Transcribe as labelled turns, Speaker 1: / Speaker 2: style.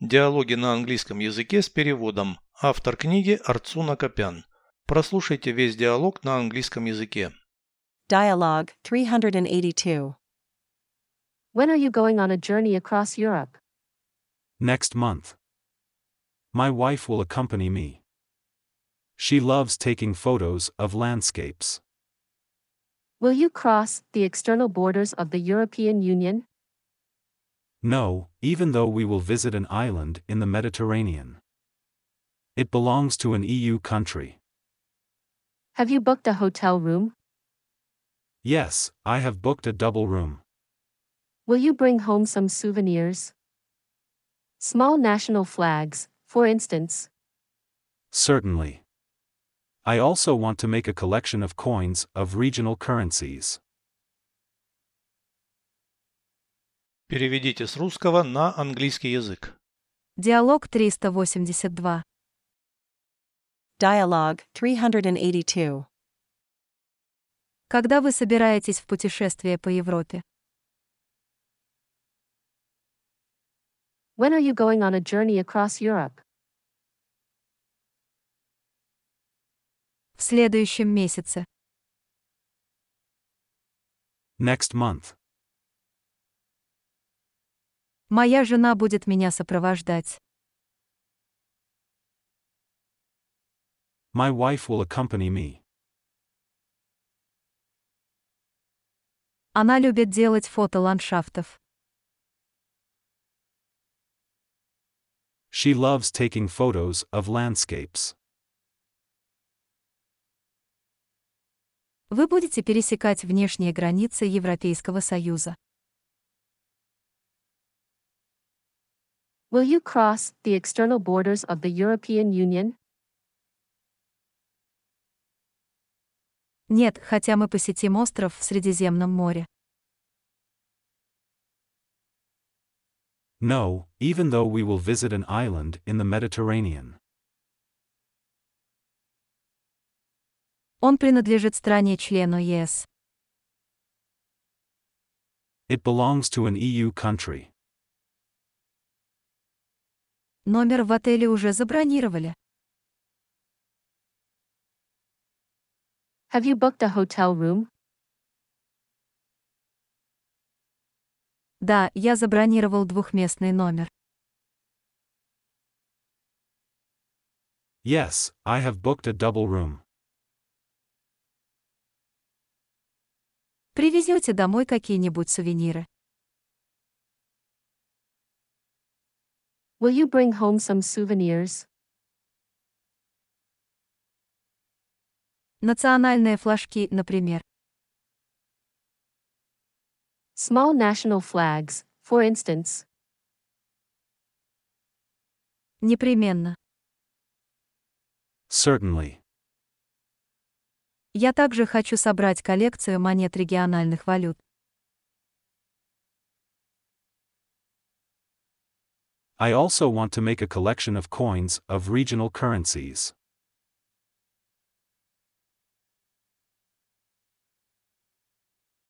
Speaker 1: Диалоги на английском языке с переводом. Автор книги Арцуна Копян. Прослушайте весь диалог на английском языке.
Speaker 2: Dialogue 382.
Speaker 3: When are you going on a journey across Europe?
Speaker 4: Next month. My wife will accompany me. She loves taking photos of landscapes.
Speaker 3: Will you cross the external borders of the European Union?
Speaker 4: No, even though we will visit an island in the Mediterranean. It belongs to an EU country.
Speaker 3: Have you booked a hotel room?
Speaker 4: Yes, I have booked a double room.
Speaker 3: Will you bring home some souvenirs? Small national flags, for instance.
Speaker 4: Certainly. I also want to make a collection of coins of regional currencies.
Speaker 1: Переведите с русского на английский язык.
Speaker 5: Диалог 382.
Speaker 2: Dialogue 382.
Speaker 5: Когда вы собираетесь в путешествие по Европе?
Speaker 3: When are you going on a journey across Europe?
Speaker 5: В следующем месяце.
Speaker 4: Next month.
Speaker 5: Моя жена будет меня сопровождать.
Speaker 4: My wife will accompany me.
Speaker 5: Она любит делать фото ландшафтов.
Speaker 4: She loves taking photos of landscapes.
Speaker 5: Вы будете пересекать внешние границы Европейского Союза.
Speaker 3: Will you cross the external borders of the European Union?
Speaker 5: Нет, хотя мы посетим остров в Средиземном море.
Speaker 4: No, even though we will visit an island in the Mediterranean.
Speaker 5: Он принадлежит стране-члену ЕС.
Speaker 4: It belongs to an EU country.
Speaker 5: Номер в отеле уже забронировали.
Speaker 3: Have you booked a hotel room?
Speaker 5: Да, я забронировал двухместный номер.
Speaker 4: Yes, I have booked a double room.
Speaker 5: Привезете домой какие-нибудь сувениры.
Speaker 3: Will you bring home some souvenirs?
Speaker 5: Национальные флажки, например.
Speaker 3: Small national flags, for instance.
Speaker 5: Непременно.
Speaker 4: Certainly.
Speaker 5: Я также хочу собрать коллекцию монет региональных валют.
Speaker 4: I also want to make a collection of coins of regional currencies.